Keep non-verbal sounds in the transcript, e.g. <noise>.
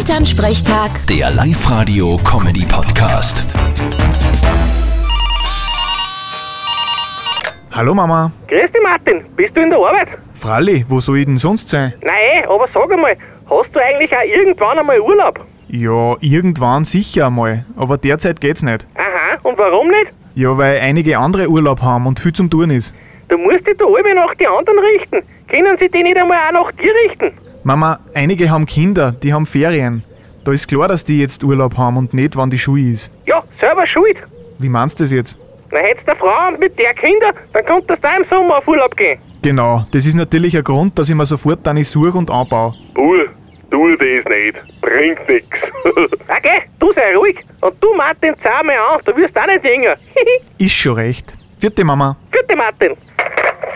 Elternsprechtag, Der Live-Radio-Comedy-Podcast. Hallo Mama. Grüß dich Martin, bist du in der Arbeit? Fralli, wo soll ich denn sonst sein? Nein, aber sag einmal, hast du eigentlich auch irgendwann einmal Urlaub? Ja, irgendwann sicher einmal, aber derzeit geht's nicht. Aha, und warum nicht? Ja, weil einige andere Urlaub haben und viel zum Tun ist. Du musst dich da alle nach die anderen richten. Können sie die nicht einmal auch nach dir richten? Mama, einige haben Kinder, die haben Ferien. Da ist klar, dass die jetzt Urlaub haben und nicht, wann die Schule ist. Ja, selber schuld. Wie meinst du das jetzt? Na, hättest du eine Frau und mit der Kinder, dann könntest du auch im Sommer auf Urlaub gehen. Genau, das ist natürlich ein Grund, dass ich mir sofort eine suche und anbaue. Bull, tu das nicht. Bringt nix. <laughs> Okay, du sei ruhig. Und du Martin, zeig mal an, du wirst auch nicht jünger. <laughs> Ist schon recht. Vierte Mama. Gute Martin.